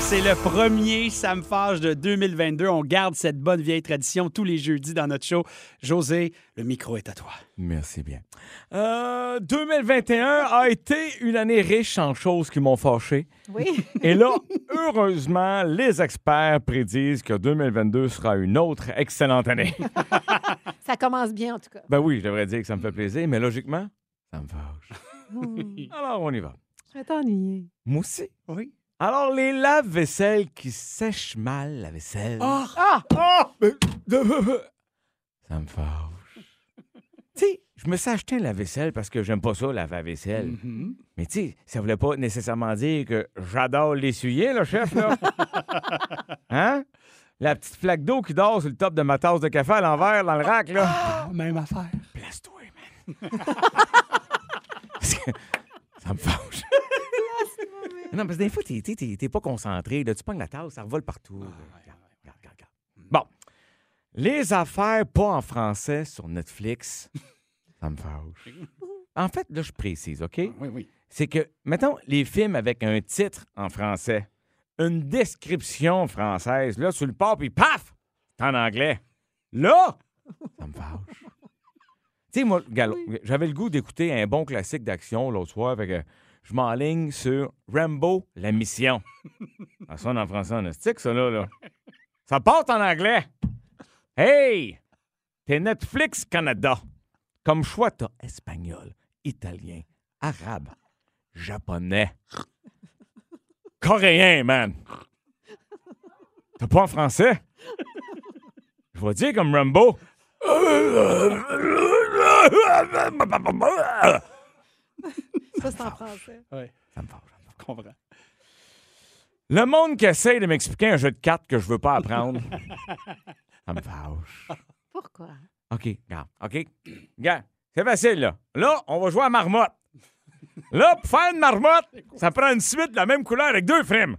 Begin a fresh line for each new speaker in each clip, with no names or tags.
C'est le premier ça me fâche de 2022. On garde cette bonne vieille tradition tous les jeudis dans notre show. José, le micro est à toi.
Merci bien. Euh, 2021 a été une année riche en choses qui m'ont fâché.
Oui.
Et là, heureusement, les experts prédisent que 2022 sera une autre excellente année.
Ça commence bien, en tout cas.
Ben oui, je devrais dire que ça me
Mm-hmm.
fait plaisir, mais logiquement, ça me fâche. Alors, on y va.
Je vais t'ennuyer.
Moi aussi.
Oui.
Alors, les lave-vaisselle qui sèchent mal la vaisselle.
Ah!
Ça me fâche. tu sais, je me suis acheté un lave-vaisselle parce que j'aime pas ça, la vaisselle.
Mm-hmm.
Mais tu sais, ça voulait pas nécessairement dire que j'adore l'essuyer, le chef, là. hein? La petite flaque d'eau qui dort sur le top de ma tasse de café à l'envers dans le rack,
Ah!
là.
Même affaire.
Place-toi, man. Parce que ça me fâche. non, parce que des fois, t'es, t'es- t'es- t'es pas concentré. Là, tu pognes la tasse, ça revole partout.
Ah,
Regarde, regarde, regarde, regarde. Bon. Les affaires pas en français sur Netflix, ça me fâche. En fait, là, je précise, OK?
Ah, Oui, oui.
c'est que, mettons, les films avec un titre en français, une description française, là, sur le port, puis paf, c'est en anglais. Là, ça me fâche. tu sais, moi, regarde, j'avais le goût d'écouter un bon classique d'action l'autre soir, fait que je m'enligne sur Rambo, la mission. ça sonne en français en stick, ça, là, là. Ça part en anglais. Hey! T'es Netflix Canada. Comme choix, t'as espagnol, italien, arabe, japonais, coréen, man. T'as pas en français? Je vais dire comme Rambo.
Ça, c'est en français.
Ça me fâche, ça me fâche.
Je comprends.
Le monde qui essaye de m'expliquer un jeu de cartes que je veux pas apprendre, ça me fâche.
Pourquoi?
OK, regarde, OK. Regarde, c'est facile, là. Là, on va jouer à marmotte. Là, pour faire une marmotte, ça prend une suite de la même couleur avec deux frimes.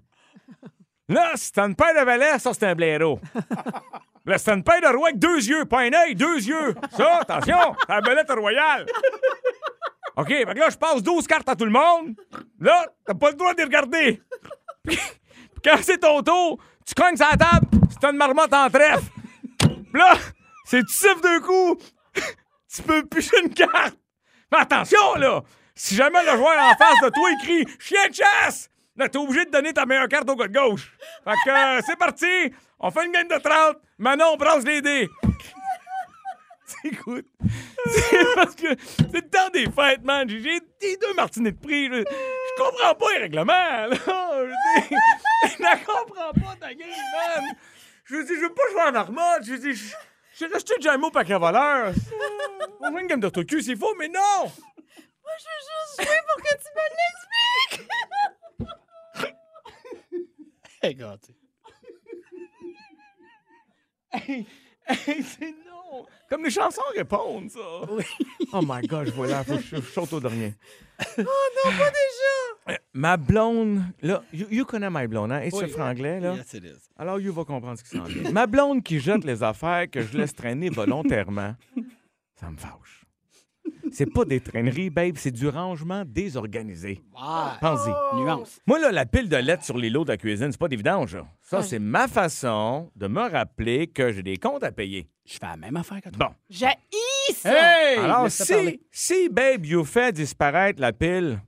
Là, si t'as une paire de valets, ça, c'est un blaireau. Là, si t'as une paire de rois avec deux yeux, pas un œil, deux yeux. Ça, attention, c'est la belette royale. OK, fait que là, je passe 12 cartes à tout le monde. Là, t'as pas le droit de les regarder. Puis quand c'est ton tour, tu cognes sur la table, c'est une marmotte en trèfle. Puis là, c'est tu siffles d'un coup, tu peux picher une carte. Mais attention, là! Si jamais le joueur en face de toi écrit Chien de chasse, là, t'es obligé de donner ta meilleure carte au gars de gauche. Fait que euh, c'est parti! On fait une game de 30. Maintenant, on brasse les dés. Écoute, c'est parce que c'est le temps des fêtes, man. J'ai- J'ai des deux martinets de prix. Je, je comprends pas les règlements, là. Je dis, je ne comprends pas ta game, man. Je dis, je veux pas jouer en armade. Je dis, je- j'ai acheté déjà un mot paquet voleur. On joue une game de Tokyo, c'est faux, mais non!
Je veux juste jouer pour que tu me l'expliques!
Hey, God, tu sais.
c'est non! Comme les chansons répondent, ça. oh my God, je vois là, faut que je je saute au dernier. oh non, pas déjà! Ma blonde, là, you, you connais my blonde, hein? Et ce franglais, là?
Yes, it is.
Alors, You va comprendre ce qui s'en vient. Ma blonde qui jette les affaires que je laisse traîner volontairement, ça me fâche. C'est pas des traîneries, babe, c'est du rangement désorganisé.
Ah,
Pensez.
nuance.
Moi, là, la pile de lettres sur les lots de la cuisine, c'est pas des vidanges. là. Ça, c'est ma façon de me rappeler que j'ai des comptes à payer.
Je fais la même affaire que toi.
Bon.
J'ai ça!
Hey!
Alors,
laisse-la
si,
parler.
si, babe, you fait disparaître la pile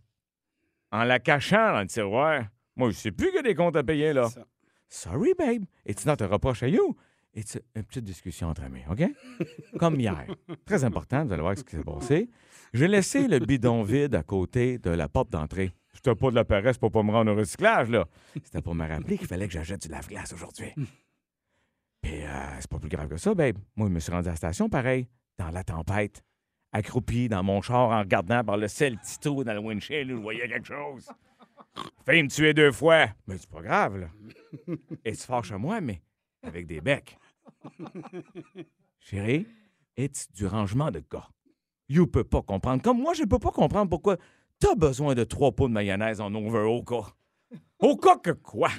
en la cachant dans le tiroir, moi, je sais plus que des comptes à payer, là.
Ça.
Sorry, babe. It's not a reproche à you. It's a- une petite discussion entre amis, OK? Comme hier. Très important, vous allez voir ce qui s'est passé. J'ai laissé le bidon vide à côté de la porte d'entrée. C'était pas de la paresse pour pas me rendre au recyclage, là. C'était pour me rappeler qu'il fallait que j'achète du lave-glace aujourd'hui. Puis euh, c'est pas plus grave que ça, babe. Moi, je me suis rendu à la station, pareil, dans la tempête, accroupi dans mon char en regardant par le sel petit trou dans le windshield où je voyais quelque chose. Fait me tuer deux fois. Mais c'est pas grave, là. Et tu fort chez moi, mais avec des becs. Chérie, es-tu du rangement de gars? You peux pas comprendre. Comme moi, je peux pas comprendre pourquoi t'as besoin de trois pots de mayonnaise en over au cas. Au cas que quoi?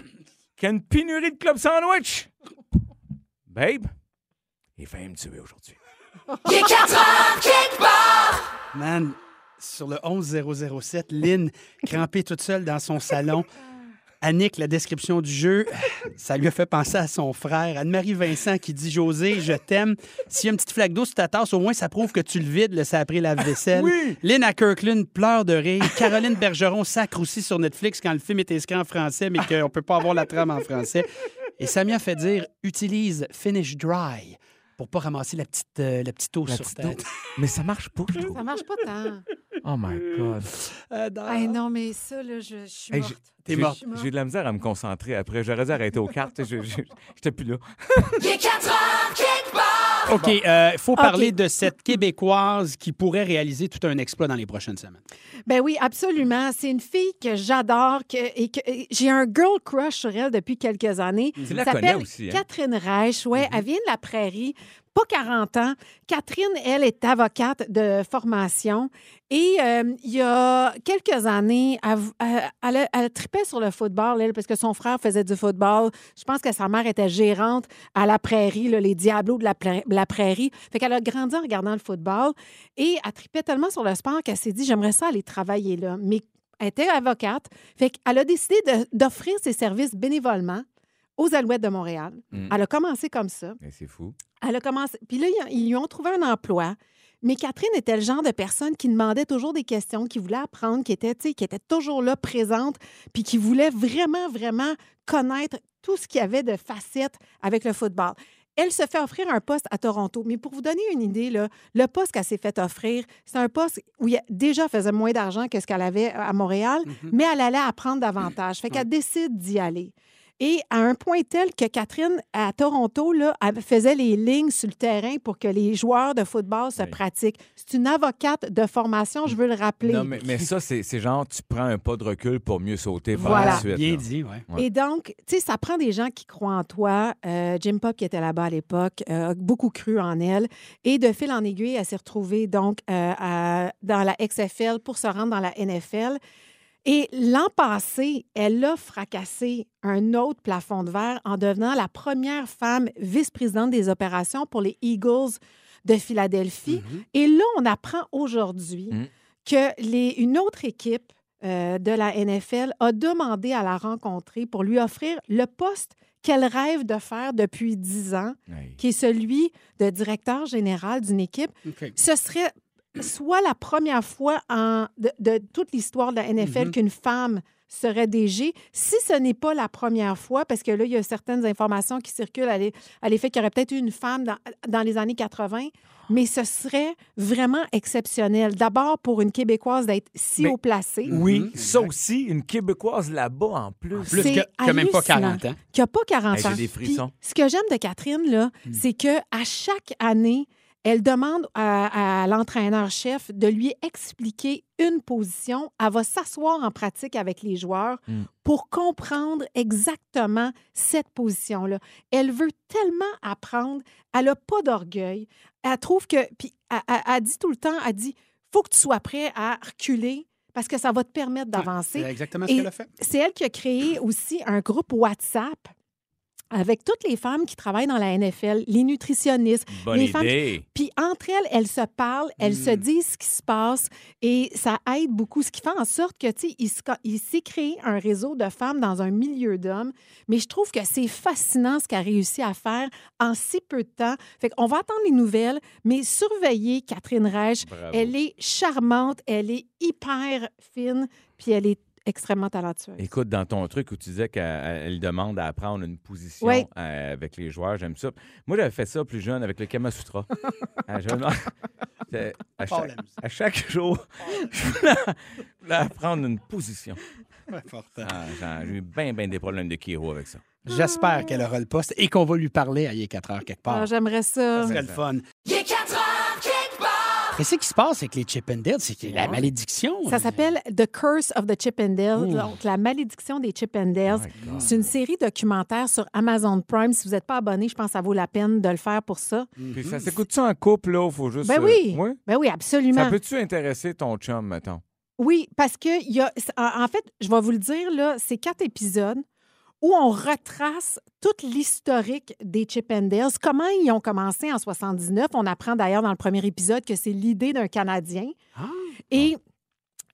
Qu'il y a une pénurie de club sandwich? Babe, il fait me tuer aujourd'hui.
Les 4 heures quelque part!
Man, sur le 11007, Lynn, crampée toute seule dans son salon. Annick, la description du jeu, ça lui a fait penser à son frère. Anne-Marie Vincent qui dit José, je t'aime. S'il y a une petite flaque d'eau sur ta tasse, au moins ça prouve que tu le vides, le ça a pris la vaisselle.
Oui.
Lynn à Kirkland pleure de rire. Caroline Bergeron sacre aussi sur Netflix quand le film est inscrit en français, mais qu'on peut pas avoir la trame en français. Et Samia fait dire utilise finish dry pour pas ramasser la petite, euh, la petite eau
La
sur
petite
ta
dose. Mais ça marche pas, je trouve.
Ça marche pas tant.
Oh my God.
Euh, dans-
Hey, Eh non, mais ça, là, je, je suis
Hey,
morte.
T'es
J'ai-
morte.
J'ai de la misère à me concentrer après. J'aurais dû arrêter aux cartes. Je- je- J'étais plus là.
Les 4 heures quelque part!
OK, il faut parler de cette Québécoise qui pourrait réaliser tout un exploit dans les prochaines semaines.
Ben oui, absolument. C'est une fille que j'adore que, et que et j'ai un girl crush sur elle depuis quelques années.
Tu la
Elle
connais
s'appelle
aussi, hein? Mm-hmm.
Catherine Reich, ouais, elle vient de la prairie, pas 40 ans. Catherine, elle, est avocate de formation. Et euh, il y a quelques années, elle, v- euh, elle, a- elle tripait sur le football, elle, parce que son frère faisait du football. Je pense que sa mère était gérante à la prairie, là, les Diablos de la, pla- la prairie. Fait qu'elle a grandi en regardant le football. Et elle tripait tellement sur le sport qu'elle s'est dit, j'aimerais ça aller travailler là. Mais elle était avocate. Fait qu'elle a décidé de- d'offrir ses services bénévolement aux Alouettes de Montréal.
Mm.
Elle a commencé comme ça.
Mais c'est fou.
Elle a commencé. Puis là, ils- ils lui ont trouvé un emploi. Mais Catherine était le genre de personne qui demandait toujours des questions, qui voulait apprendre, qui était, tu sais, qui était toujours là, présente, puis qui voulait vraiment, vraiment connaître tout ce qu'il y avait de facettes avec le football. Elle se fait offrir un poste à Toronto. Mais pour vous donner une idée, là, le poste qu'elle s'est fait offrir, c'est un poste où il y a- déjà faisait moins d'argent que ce qu'elle avait à Montréal, mais elle allait apprendre davantage. Fait qu'elle décide d'y aller. Et à un point tel que Catherine, à Toronto, là, elle faisait les lignes sur le terrain pour que les joueurs de football se
Oui.
pratiquent. C'est une avocate de formation, je veux le rappeler.
Non, mais, mais ça, c'est c'est genre, tu prends un pas de recul pour mieux sauter par
Voilà.
la suite.
Bien
là.
dit, oui.
Ouais.
Et donc, tu sais, ça prend des gens qui croient en toi. Euh, Jim Pop, qui était là-bas à l'époque, euh, a beaucoup cru en elle. Et de fil en aiguille, elle s'est retrouvée donc euh, à- dans la XFL pour se rendre dans la NFL. Et l'an passé, elle a fracassé un autre plafond de verre en devenant la première femme vice-présidente des opérations pour les Eagles de Philadelphie. Et là, on apprend aujourd'hui
Mhm.
que les, une autre équipe euh, de la NFL a demandé à la rencontrer pour lui offrir le poste qu'elle rêve de faire depuis 10 ans,
Hey.
qui est celui de directeur général d'une équipe. Ce serait soit la première fois en- de, de toute l'histoire de la NFL
Mhm.
qu'une femme serait DG, si ce n'est pas la première fois, parce que là, il y a certaines informations qui circulent à l'e- à l'effet qu'il y aurait peut-être eu une femme dans, dans les années 80, mais ce serait vraiment exceptionnel. D'abord, pour une Québécoise d'être si
Mais-
haut placée.
Oui,
Mhm,
ça
exact.
aussi, une Québécoise là-bas en plus.
Plus
C'est
que, que même pas
hallucinant.
40 ans.
qui n'a pas 40
Hey,
ans.
Ben, j'ai des frissons. Hmm.
Puis, ce que j'aime de Catherine, là, c'est que à chaque année, elle demande à, à l'entraîneur-chef de lui expliquer une position. Elle va s'asseoir en pratique avec les joueurs
Mm.
pour comprendre exactement cette position-là. Elle veut tellement apprendre. Elle n'a pas d'orgueil. Elle trouve que... Puis elle, elle- elle dit tout le temps, elle dit, faut que tu sois prêt à reculer parce que ça va te permettre d'avancer.
C'est exactement ce
Et-
qu'elle a fait.
C'est elle qui a créé aussi un groupe WhatsApp avec toutes les femmes qui travaillent dans la NFL, les nutritionnistes.
Bonne
les femmes qui-
idée.
Puis entre elles, elles se parlent, elles se
Mm.
disent ce qui se passe et ça aide beaucoup, ce qui fait en sorte que, tu sais, il se- il s'est créé un réseau de femmes dans un milieu d'hommes. Mais je trouve que c'est fascinant ce qu'elle a réussi à faire en si peu de temps. Fait qu'on va attendre les nouvelles, mais surveillez Catherine Reich.
Bravo.
Elle est charmante, elle est hyper fine, puis elle est extrêmement talentueuse.
Écoute, dans ton truc où tu disais qu'elle demande à prendre une position
Oui.
euh, avec les joueurs, j'aime ça. Moi, j'avais fait ça plus jeune avec le Kama Sutra. à, je- C'est- à
part
chaque,
la musique.
à chaque jour, je voulais, je voulais prendre une position.
Important.
Ah, j'en- J'ai eu bien, bien des problèmes de Kiro avec ça.
J'espère qu'elle aura le poste et qu'on va lui parler à Yé 4 heures quelque
Ah,
part.
J'aimerais ça.
Ce serait le fun.
Il est 4 heures, kick bar.
Mais ce qui se passe avec les Chip and Dale, c'est que la malédiction.
Ça s'appelle The Curse of the Chippendales, donc la malédiction des Chippendales. C'est une série documentaire sur Amazon Prime. Si vous n'êtes pas abonné, je pense que ça vaut la peine de le faire pour ça.
Puis ça s'écoute-tu en couple, là? Faut juste.
Ben
euh,
oui,
oui?
ben oui,
Ça
absolument.
peut-tu intéresser ton chum, mettons?
Oui, parce que il y a, c'est- en en fait, je vais vous le dire là, c'est quatre épisodes où on retrace toute l'historique des Chip and Dales, comment ils ont commencé en 79. On apprend d'ailleurs dans le premier épisode que c'est l'idée d'un Canadien.
hein?
Et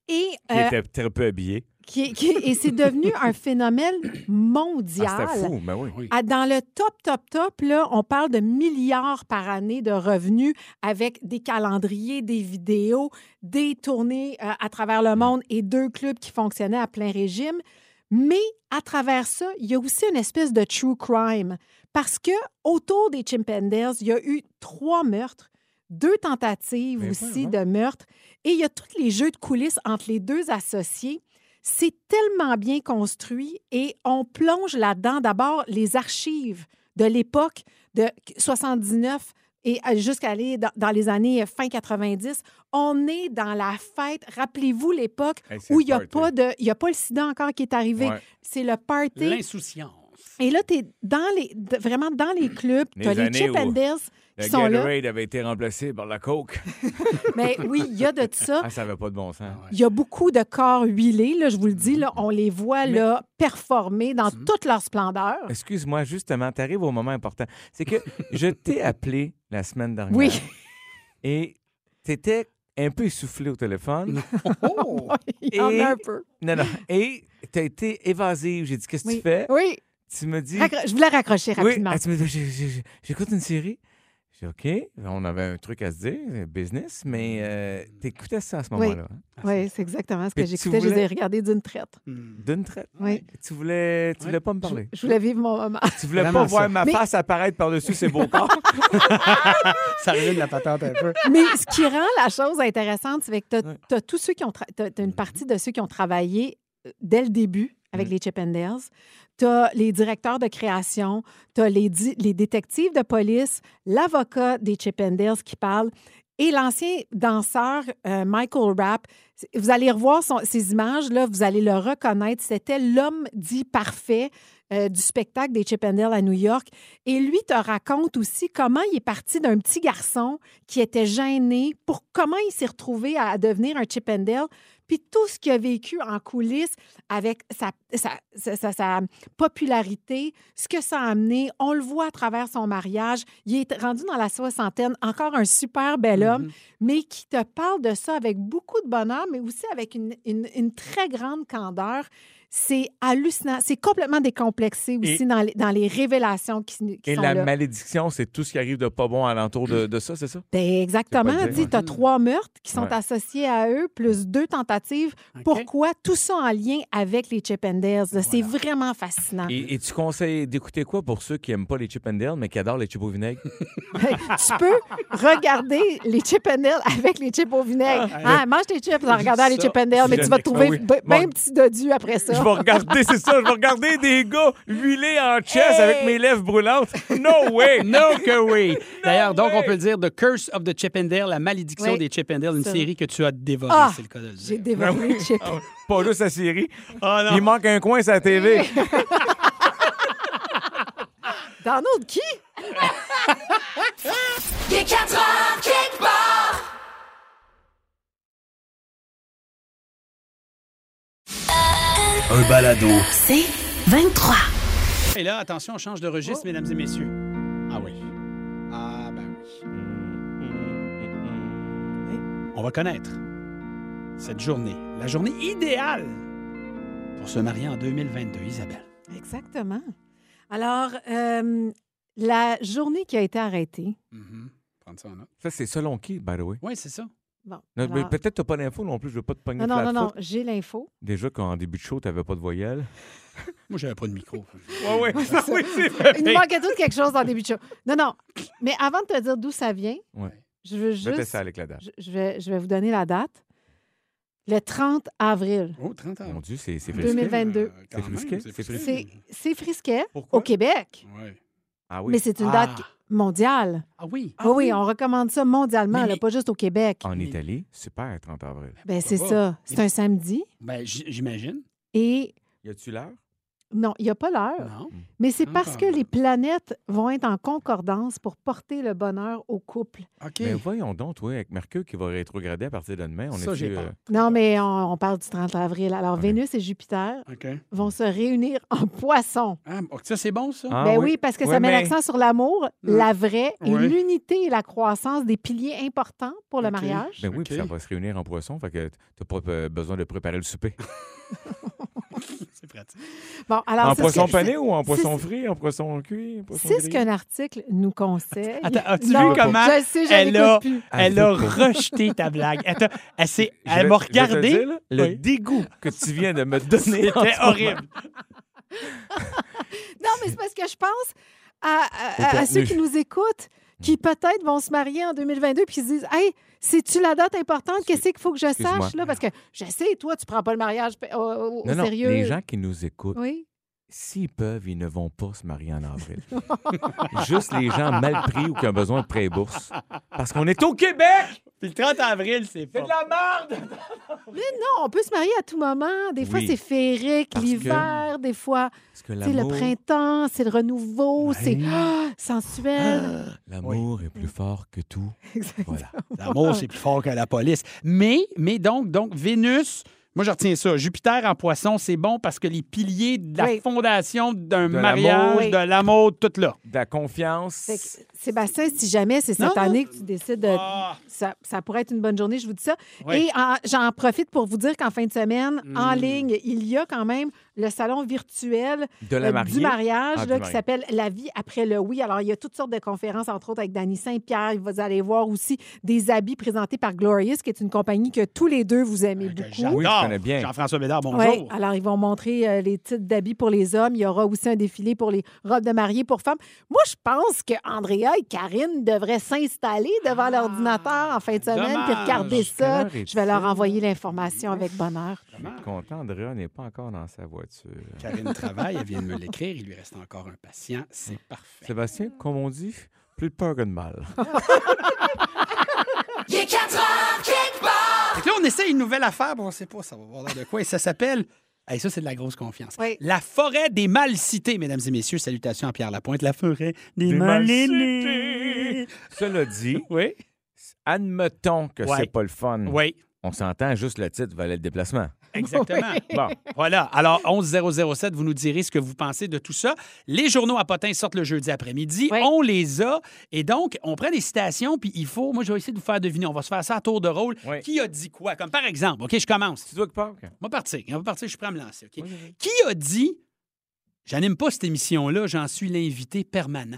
et
Ah. Qui
euh,
était très peu habillé.
qui- qui- et c'est devenu un phénomène mondial.
Ah, c'était fou, ben oui.
Ah, Dans le top, top, top, là, on parle de milliards par année de revenus avec des calendriers, des vidéos, des tournées euh, à travers
Mmh.
le monde et deux clubs qui fonctionnaient à plein régime. Mais à travers ça, il y a aussi une espèce de true crime parce que autour des Chimpenders, il y a eu trois meurtres, deux tentatives
Mais
aussi
voyons.
de meurtre et il y a tous les jeux de coulisses entre les deux associés. C'est tellement bien construit et on plonge là-dedans d'abord les archives de l'époque de 79 et à- jusqu'à aller dans, dans les années euh, fin 90. On est dans la fête. Rappelez-vous l'époque
Hey, c'est
où il n'y a,
le party.
pas de- il y a pas le sida encore qui est arrivé.
Ouais.
C'est le party.
L'insouciance.
Et là, tu es dans les, de- vraiment dans les clubs. Tu as
Les
les
années
Chip
où
and Dales qui
Le
sont là.
Gatorade avait été remplacé par la Coke.
Mais oui, il y a de ça.
Ah, ça n'avait pas de bon sens.
Il y a beaucoup de corps huilés, là, je vous le dis, là,
Mm-hmm.
on les voit là, performer dans toute leur splendeur.
Excuse-moi, justement, tu arrives au moment important. C'est que je t'ai appelé la semaine dernière.
Oui.
Et tu étais un peu essoufflé au téléphone.
Oh!
Il y en
Et-
a un peu.
non, non. Et tu as été évasive. J'ai dit, qu'est-ce que
Oui.
tu fais?
Oui,
Tu me dis.
raccro- je voulais raccrocher
Oui,
rapidement.
Ah, tu me dis, j'ai- j'ai- j'ai- j'écoute une série. J'ai dit, OK, on avait un truc à se dire, business, mais
Mm.
euh, t'écoutais ça à ce
Oui.
moment-là. hein?
oui, c'est exactement ce que
Puis tu
j'écoutais. Je les
voulais-
ai regardés d'une traite.
D'une traite.
Oui.
Tu voulais, tu
Ouais.
voulais pas me parler.
Je voulais vivre mon moment.
Tu voulais
Vraiment
pas voir
ça.
ma
Mais-
face apparaître par-dessus ces beaux corps.
Ça ruine la patente un peu.
Mais ce qui rend la chose intéressante, c'est que tu
Ouais.
as, tous ceux qui ont tra- t'as- t'as une partie de ceux qui ont travaillé euh, dès le début avec les Chip and Dales. Tu as les directeurs de création, tu as les, di- les détectives de police, l'avocat des Chip and Dales qui parle et l'ancien danseur euh, Michael Rapp. C'est- Vous allez revoir son- ces images-là, vous allez le reconnaître. C'était l'homme dit parfait euh, du spectacle des Chip and Dale à New York. Et lui te raconte aussi comment il est parti d'un petit garçon qui était gêné, pour comment il s'est retrouvé à devenir un Chip and Dale, puis tout ce qu'il a vécu en coulisses avec sa, sa- sa- sa- sa popularité, ce que ça a amené. On le voit à travers son mariage. Il est rendu dans la soixantaine, encore un super
Mm.
bel homme,
Mhm.
mais qui te parle de ça avec beaucoup de bonheur, mais aussi avec une, une- une très grande candeur. C'est hallucinant. C'est complètement décomplexé aussi dans, les, dans les révélations qui, qui
Et
sont
la
là.
malédiction, c'est tout ce qui arrive de pas bon alentour de, de ça, c'est ça?
Ben, exactement.
dire,
Dit,
ouais.
tu as trois meurtres qui sont
Ouais.
associés à eux, plus deux tentatives.
OK.
Pourquoi? Tout ça en lien avec les Chip and Dales. là. C'est vraiment fascinant.
Et, et tu conseilles d'écouter quoi pour ceux qui aiment pas les Chip and Dale, mais qui adorent les chips au vinaigre?
tu peux regarder les Chip and Dales avec les chips au vinaigre. Ah, mange tes chips en regardant les
ça,
Chip and Dales, mais
c'est
tu vas
le-
te trouver
Ah oui.
ben
Bon.
ben petit dodu après ça.
Je vais regarder, c'est ça, je vais regarder des gars huilés en chess avec mes lèvres brûlantes. No way!
Non que oui! D'ailleurs, donc,
way!
on peut le dire The Curse of the Chip and Dale, la malédiction
Oui.
des Chip and Dale, une
Ça.
série que tu as dévorée,
Ah!
c'est le cas de le dire.
J'ai
Ben
dévoré les chips.
Ah Pas juste la série.
Ah,
Il manque un coin sur la TV.
Dans notre qui?
Il est 4 heures, kick bar.
Un balado.
C'est 23.
Et là, attention, on change de registre,
Oh.
mesdames et messieurs. Ah oui. Hum, Ah ben oui. On va connaître cette journée, la journée idéale pour se marier en 2022, Isabelle.
Exactement. Alors, euh, la journée qui a été arrêtée.
Mm-hmm. Prendre ça en note.
Ça, c'est selon qui, by the way?
Oui, c'est ça.
Bon,
Non, mais
alors-
Peut-être t'as pas d'infos non plus, je veux pas te pogner
Ah. non,
de
non, non,
plate-foot.
non, j'ai l'info.
Déjà qu'en début de show, t'avais pas de voyelle.
Moi, j'avais pas de micro.
Ouais, ouais. oui, c'est
Il nous manquait tout quelque chose en début de show. Non, non. Mais avant de te dire d'où ça vient,
Ouais.
je veux
Je vais
juste.
ça avec la date.
Je, je vais, je vais vous donner la date. le 30 avril.
Oh, 30 ans.
Mon Dieu, c'est c'est frisqué.
2022.
Euh, quand
C'est
même,
frisqué, c'est
frisqué.
C'est c'est frisquet
Pourquoi?
au Québec,
Ouais.
Ah oui.
mais c'est une
Ah.
date mondiale.
Ah oui.
oui, oui, on recommande ça mondialement,
Mais-
là, pas juste au Québec.
En Italie, super, 30 avril.
Ben, c'est
va.
ça. C'est un samedi
Ben, j- j'imagine.
et
Y a-tu l'heure?
non, il n'y a pas l'heure.
Non.
Mais c'est
Ah.
parce que les planètes vont être en concordance pour porter le bonheur au couple.
OK.
Mais voyons donc, oui, avec Mercure qui va rétrograder à partir de demain, on euh,
Ça,
est
j'ai peur.
Non, mais on, on parle du 30 avril. Alors,
Ouais.
Vénus et Jupiter
OK.
vont se réunir en poisson.
Ah, ok, ça, c'est bon, ça?
Ah
ben
oui.
oui. parce que
Ouais,
ça met
mais-
l'accent sur l'amour,
Mm.
la vraie
Ouais.
et l'unité et la croissance des piliers importants pour le
OK.
mariage.
Ben oui,
Ok.
puis ça va se réunir en poisson, fait que t'as pas euh, besoin de préparer le souper.
C'est pratique.
Bon, alors,
en
c'est ce que-
poisson pané ou en
c'est-
poisson frit, en poisson cuit, en poisson
C'est ce
grillé?
qu'un article nous conseille.
Attends, as-tu vu
Non,
comment
je le sais, je
elle
l'écoute
a-
plus.
Elle a
Ah, je-
rejeté ta blague. Elle, t'a- elle, s'est-
Je
elle
vais-
m'a
je vais te le
regardé.
dire, là, le
Oui.
dégoût que tu viens de me donner. en
C'était
ce moment.
horrible.
Non, mais c'est parce que je pense à, à-
Au
à- à
contenu. Hmm.
ceux qui nous écoutent, qui peut-être vont se marier en 2022 puis ils se disent Hey, c'est-tu la date importante? Qu'est-ce qu'il faut que je
Excuse-moi.
sache? Là? Parce que je sais, toi, tu prends pas le mariage pe- au, au- au
Non, non,
sérieux.
les gens qui nous écoutent,
Oui.
s'ils peuvent, ils ne vont pas se marier en avril. Juste les gens mal pris ou qui ont besoin de pré-bourse. Parce qu'on est au Québec!
Puis le 30 avril, c'est pas...
la merde!
Non, on peut se marier à tout moment. Des fois,
Oui.
c'est féerique,
Parce que-
l'hiver, des fois,
Parce que
tu sais, le
l'amour,
printemps, c'est le renouveau,
Ouais. Ah.
c'est ah, sensuel.
l'amour est
Mm.
plus fort que tout.
Exact.
Voilà.
L'amour, c'est plus fort que la police. Mais, mais donc, donc, Vénus, moi, je retiens ça. Jupiter en poisson, c'est bon parce que les piliers de la
Oui.
fondation d'un
De
mariage,
l'amour.
Oui.
de l'amour, tout là.
De la confiance.
Fait que, Sébastien, si jamais c'est cette
Non, non.
année que tu décides de.
Ah.
Ça, ça pourrait être une bonne journée, je vous dis ça.
Oui.
Et en- j'en profite pour vous dire qu'en fin de semaine,
Hmm.
en ligne, il y a quand même le salon virtuel
De la
euh,
mariée.
du mariage
Ah, du
là, qui
marié.
s'appelle La vie après le oui. Alors, il y a toutes sortes de conférences, entre autres avec Danny Saint-Pierre. Vous allez voir aussi des habits présentés par Glorious, qui est une compagnie que tous les deux vous aimez
Ah,
Que
beaucoup.
J'adore.
Oui, je connais bien.
Jean-François Bédard,
Oui,
bonjour.
alors ils vont montrer euh, les titres d'habits pour les hommes. Il y aura aussi un défilé pour les robes de mariée pour femmes. Moi, je pense que Andrea et Karine devraient s'installer
Ah!
devant l'ordinateur en fin de semaine puis
dommage.
regarder ça.
Quelle heure
Je vais leur
est-il?
envoyer l'information avec bonheur.
Je suis content, Andrea n'est pas encore dans sa voiture.
Karine travaille, elle vient de me l'écrire. Il lui reste encore un patient. C'est parfait.
Sébastien, comme on dit, plus de peur que de mal.
Il est 4 heures, kick
Fait que là, on essaie une nouvelle affaire. Bon, on sait pas, ça va voir l'air de quoi. Et ça s'appelle. Hey, ça, c'est de la grosse confiance.
Oui.
La forêt des mal cités, mesdames et messieurs. Salutations à Pierre Lapointe. La forêt des,
Des
mal
mal
cités.
Cela dit,
Oui.
admettons que
Ouais.
c'est pas le fun.
Oui,
On s'entend, juste le titre valait le déplacement.
exactement.
Bon,
Voilà. Alors, 11007, vous nous direz ce que vous pensez de tout ça. Les journaux à potins sortent le jeudi après-midi.
Oui.
On les a. Et donc, on prend des citations, puis il faut. Moi, je vais essayer de vous faire deviner. On va se faire ça à tour de rôle.
Oui.
Qui a dit quoi? Comme par exemple, OK, je commence.
tu dois que parle.
On va partir. On va partir, je suis prêt à me lancer. OK?
Oui, oui.
Qui a dit J'anime pas cette émission-là, j'en suis l'invité permanent?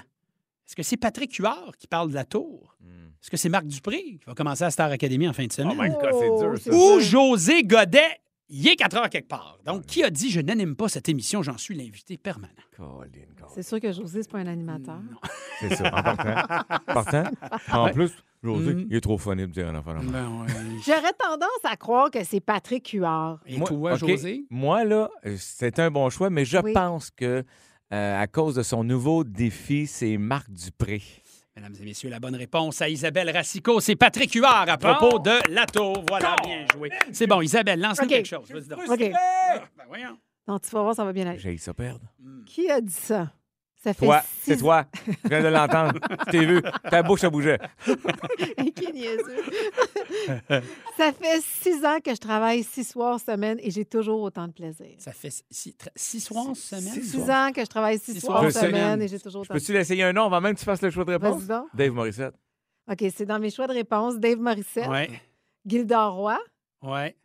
Est-ce que c'est Patrick Huard qui parle de la tour? Est-ce que c'est Marc Dupré qui va commencer à Star Academy en fin de semaine?
Oh my God,
Oh,
c'est dur,
Ah,
ça.
Ou José Godet, il est 4 heures quelque part. Donc, qui a dit Je n'anime pas cette émission, j'en suis l'invité permanent?
Colin, Colin.
C'est sûr que José, c'est pas un animateur.
Mm. C'est ça, en partant. En partant. En plus, José,
Mm.
il est trop funny de dire un enfant. de même.
Ben oui.
J'aurais tendance à croire que c'est Patrick Huard.
Et
Moi-
toi,
OK,
José?
Moi, là, euh, c'est un bon choix, mais je
Oui.
pense que euh, à cause de son nouveau défi, c'est Marc Dupré.
Mesdames et messieurs, la bonne réponse à Isabelle Racicot, c'est Patrick Huard à propos de la tour. Voilà, bien joué. C'est bon, Isabelle, lance-nous
OK.
quelque chose. Vas-y donc.
OK.
Ben voyons.
Donc, tu vas voir, ça va bien aller.
J'ai ça perdre.
Qui a dit ça? Ça fait
Toi,
six-
c'est toi. Je viens de l'entendre. Je t'ai vu. Ta bouche, ça bougeait.
Hey, qui est niaiseux. ça fait six ans que je travaille six soirs semaine et j'ai toujours autant de plaisir.
Ça fait six, tra- six soirs semaine?
Six ans que je travaille six,
Six
soirs
soirs
semaine
semaine.
et j'ai toujours autant de
Peux-tu l'essayer un nom avant même que tu fasses le choix de réponse?
Vas-y donc.
Dave Morissette.
OK, c'est dans mes choix de réponse. Dave Morissette,
Ouais.
Gildor Roy
Ouais.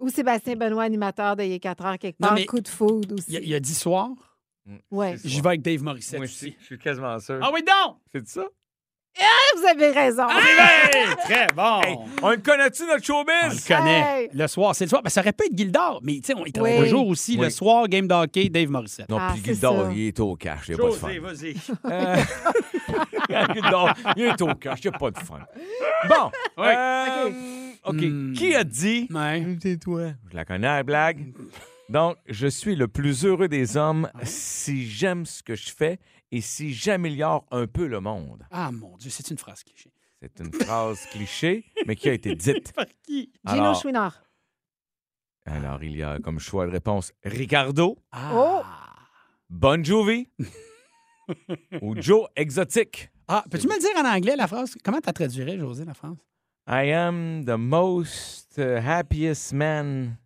ou Sébastien Benoît, animateur de Il est 4 heures quelque
Non,
part.
mais-
Coup de food aussi.
Il y a- il y a dix soirs.
Ouais.
C'est-
J'y vais avec Dave Morissette
Moi
aussi.
aussi, je suis quasiment sûr.
Ah oui, donc!
C'est ça?
Ah, Vous avez raison.
Hey, très bon!
Hey, on le connaît-tu, notre
On le
showbiz?
connaît.
Hey!
Le soir, c'est le soir. Ben, ça aurait pu être Gildor, mais tu sais, on- il travaille
Oui.
le jour aussi. Le
Oui.
soir, game d'hockey, Dave Morissette.
Non,
Ah,
puis
c'est
Gildor,
ça.
il est au cash, il n'y a pas de fun.
José, vas-y.
Euh, Gildor, il est au cash, il n'y a pas de fun. Bon, euh,
Ouais.
OK, OK,
Hmm.
qui a dit
Ouais.
Tais-toi. Je la connais, la blague. Donc, je suis le plus heureux des hommes si j'aime ce que je fais et si j'améliore un peu le monde.
Ah mon Dieu, c'est une phrase cliché.
C'est une phrase cliché, mais qui a été dite.
Par qui?
Gino
Alors-
Chouinard.
Alors, il y a comme choix de réponse Ricardo,
Ah.
Oh!
Bon Jovi ou Joe Exotic.
Ah, peux-tu me le dire en anglais, la phrase? Comment t'as traduirais, José, la phrase?
I am the most uh, happiest man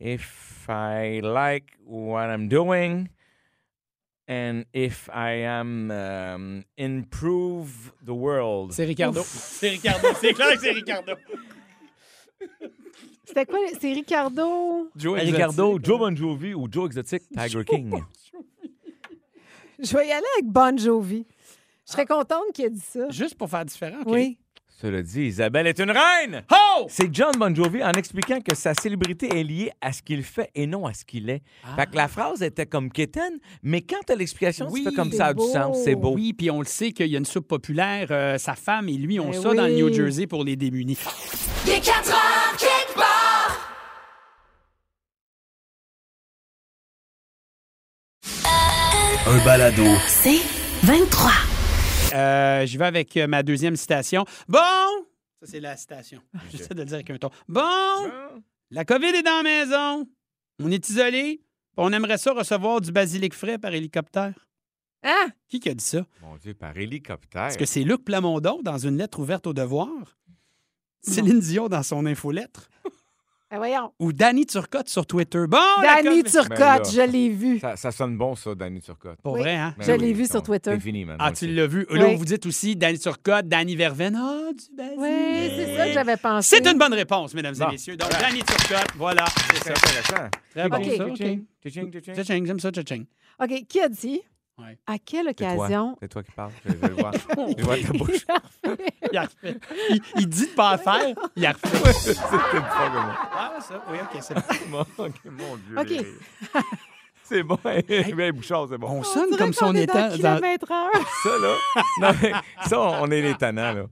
if I like what I'm doing and if I am um, improve the world.
C'est Ricardo. C'est Ricardo. C'est clair que c'est Ricardo.
C'était quoi? C'est Ricardo.
Joe Ricardo, Joe Bon Jovi ou Joe Exotic Tiger King.
Je vais y aller avec Bon Jovi. Je serais contente qu'il ait dit ça.
Juste pour faire différent. OK.
Ah. Oui.
Cela dit, Isabelle est une reine.
Oh!
C'est John Bon Jovi en expliquant que sa célébrité est liée à ce qu'il fait et non à ce qu'il est.
Ah.
Fait que la phrase était comme quétaine, mais quand t'as l'explication,
Oui,
tu fais comme
c'est
ça a du
beau.
sens, c'est beau.
Oui, puis on le sait qu'il y a une soupe populaire. euh, sa femme et lui ont
Eh
ça dans le
oui.
New Jersey pour les démunis.
Il est 4 heures, kick part.
Un balado.
C'est 23.
Euh, J'y vais avec euh, ma deuxième citation. Bon! Ça, c'est la citation. J'essaie de le dire avec un ton. Bon! La COVID est dans la maison. On est isolé. On aimerait ça recevoir du basilic frais par hélicoptère.
Ah!
Qui qui a dit ça?
Mon Dieu, par hélicoptère.
Est-ce que c'est Luc Plamondon dans une lettre ouverte au devoir? Céline Dion dans son infolettre?
Ben voyons.
Ou Danny Turcotte sur Twitter? Bon, Oh, la
Danny
COVID-
Turcotte,
Ben là.
je l'ai vu.
ça, ça sonne bon, ça, Danny Turcotte. Ben
Pour
Oui.
vrai, hein?
Je l'ai vu sur Twitter.
C'est fini, maintenant.
Ah, tu l'as vu. Là,
Oui.
vous dites aussi Danny Turcotte, Danny Verven. Ah, du basilic.
Oui, c'est ça que j'avais pensé.
C'est une bonne réponse, mesdames et
Bon.
messieurs. Donc, Danny Turcotte, voilà, c'est ça.
intéressant.
Très bon,
Ok.
ça. OK. Cha-ching, j'aime ça, cha-ching.
OK, qui a dit?
Ouais.
À quelle
C'est toi.
occasion?
C'est toi qui parles. Je, je vais le voir. Je vois ta bouche.
Il, a refait. il, il dit de pas le faire, il a refait.
C'était pas comme moi.
Ah, ça, oui, OK, c'est bon.
Bon, OK, mon Dieu.
OK.
les rires. C'est bon. hein. Hey, Bouchard, c'est bon.
On
On
sonne
dirait
comme si on
est dans
était...
le
dans-
kilomètre heure.
Ça, là. Non, mais ça, on est les tannants, là.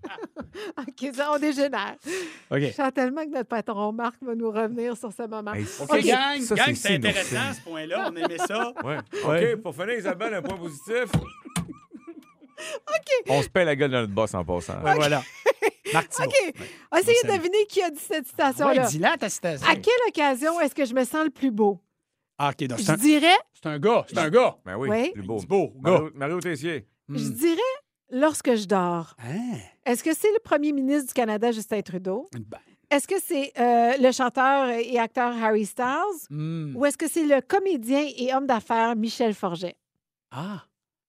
OK, ça, on dégénère.
OK.
Je sens tellement que notre patron Marc va nous revenir sur ce moment.
Hey,
OK,
OK,
gang,
ça,
gang, c'est
c'est sinon,
intéressant, ce point-là. On aimait ça.
Ouais.
Ouais.
OK, pour finir, Isabelle, un point positif. OK. On se paie la gueule de notre boss en passant.
Ouais, Voilà. Marc Thibault.
OK. Ah, essayez de deviner qui a dit cette
Ouais,
citation-là.
dis-la, ta citation.
à quelle occasion est-ce que je me sens le plus beau?
Ah, OK, donc c'est
Je
un,
dirais,
c'est un gars. C'est un gars.
Ben oui,
Oui.
plus beau.
C'est beau, gars.
Mario, Mario Tessier.
je
Hmm.
dirais lorsque je dors.
Hein?
Est-ce que c'est le premier ministre du Canada, Justin Trudeau?
Ben,
Est-ce que c'est euh, le chanteur et acteur Harry Styles?
hmm.
Ou est-ce que c'est le comédien et homme d'affaires Michel Forget?
Ah,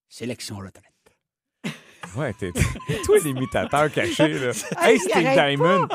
sélection retraite.
Ouais, t'es. Toi, l'imitateur caché, là.
Hey,
hey,
il
Steve
arrête
Diamond.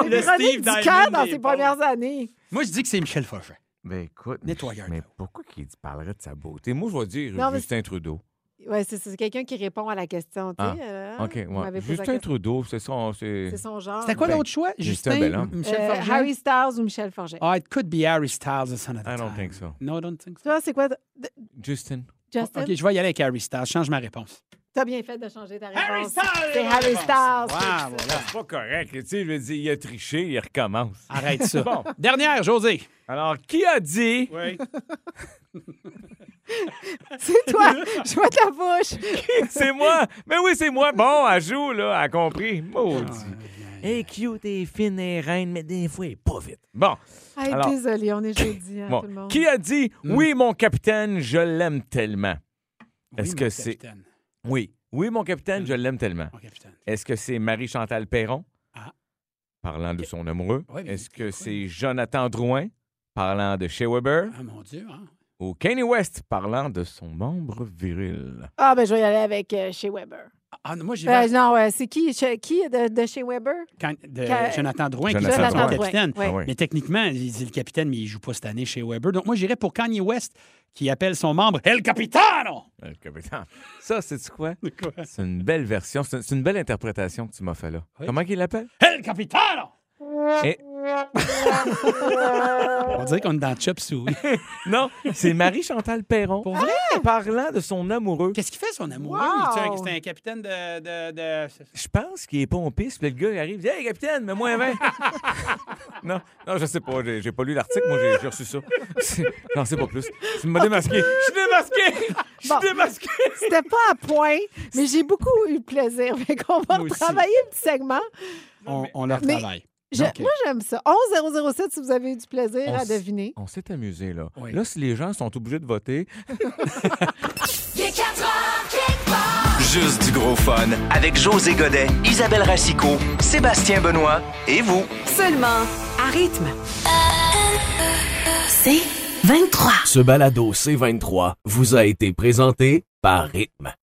C'est
le
Véronique
Steve
Ducamp
Diamond
dans
des
ses premières années.
Moi, je dis que c'est Michel Forget.
Ben écoute.
Nettoyeur de
Mais
peau.
pourquoi qu'il dit- parlerait de sa beauté? Moi, je vais dire
Non, mais-
Justin Trudeau.
Oui, c'est c'est quelqu'un qui répond à la question. tu sais,
Ah,
euh,
OK,
vous m'avez posé la
ouais. Justin
question.
Trudeau, c'est son. C'est
C'est son genre.
C'était quoi
Ben,
l'autre choix?
Justin
Justin,
Bellhomme.
Michel
Euh,
Forget?
Harry Styles ou Michel Forget?
Oh, it could be Harry Styles or son of the
I don't
time.
think so.
No, I don't think so. Oh,
Toi, c'est quoi? t- de-
Justin.
Justin,
OK, je vais y aller avec Harry Styles. Change ma réponse.
t'as bien fait de changer ta réponse.
Harry Styles!
C'est Harry Styles.
Ah, voilà.
C'est pas correct. Tu sais, je veux dire, il a triché, il recommence.
Arrête ça.
Bon.
Dernière, José. Ah,
Alors, qui a dit.
Oui.
C'est toi. Je vois ta bouche.
c'est moi! Mais oui, c'est moi! Bon, elle joue, là, elle a compris. Maudit. Ah, Hey, cute et fine et reine, mais des fois, elle est pas vite. Bon.
Hey,
Alors-
désolé, on est jeudi, hein,
Bon.
tout le monde.
Qui a dit
Hmm.
Oui, mon capitaine, je l'aime tellement? Est-ce
Oui,
que
mon
c'est.
capitaine.
Oui. Oui, mon capitaine, je l'aime tellement.
Mon capitaine.
Est-ce que c'est Marie-Chantal Perron?
Ah.
Parlant de son amoureux.
Ouais, mais
Est-ce
c'est quoi?
que c'est Jonathan Drouin? Parlant de Shea Weber?
Ah, mon Dieu. Hein?
Ou Kanye West? Parlant de son membre viril?
Ah, ben, je vais y aller avec euh, chez Weber.
Ah, non, moi, j'ai
Euh,
vais
non, euh, c'est qui, che- qui de, de chez Weber?
quand- de
Ca-
Jonathan Drouin qui
Jonathan
fait
Drouin.
le capitaine.
Ouais.
Ah oui.
Mais techniquement, il dit le capitaine, mais il joue pas cette année chez Weber. Donc, moi, j'irais pour Kanye West, qui appelle son membre El Capitano.
Le Euh, capitaine. Ça, c'est quoi? C'est une belle version, c'est c'est une belle interprétation que tu m'as fait là.
Oui.
Comment qu'il l'appelle?
El Capitano!
Et
On dirait qu'on est dans Chop Suey.
Non, c'est Marie-Chantal Perron.
Pour vrai?
Parlant de son amoureux,
Qu'est-ce qu'il fait, son amoureux?
Wow!
Il est un- C'est un, capitaine de. de- de-
je pense qu'il est pompiste. Puis là, le gars, il arrive, il dit Hey, capitaine, mets-moi un vin. non, non, je sais pas. J'ai j'ai pas lu l'article. Moi, j'ai- j'ai reçu ça. C'est- J'en sais pas plus. Tu m'as démasqué. Je suis démasqué. Je suis
Bon.
démasqué.
C'était pas à point, mais j'ai beaucoup eu de plaisir. Fait qu'on va
Moi aussi.
travailler un petit segment.
On, on leur
mais-
travaille.
Je-
Ok.
Moi, j'aime ça. 11 007 si vous avez eu du plaisir
On
à
s-
deviner.
On s'est amusé, là.
Oui.
Là, si les gens sont obligés de voter,
Il est 4 heures, kick part.
Juste du gros fun avec José Godet, Isabelle Racicot, Sébastien Benoît et vous.
Seulement à rythme.
C'est 23.
Ce balado C23 vous a été présenté par Rythme.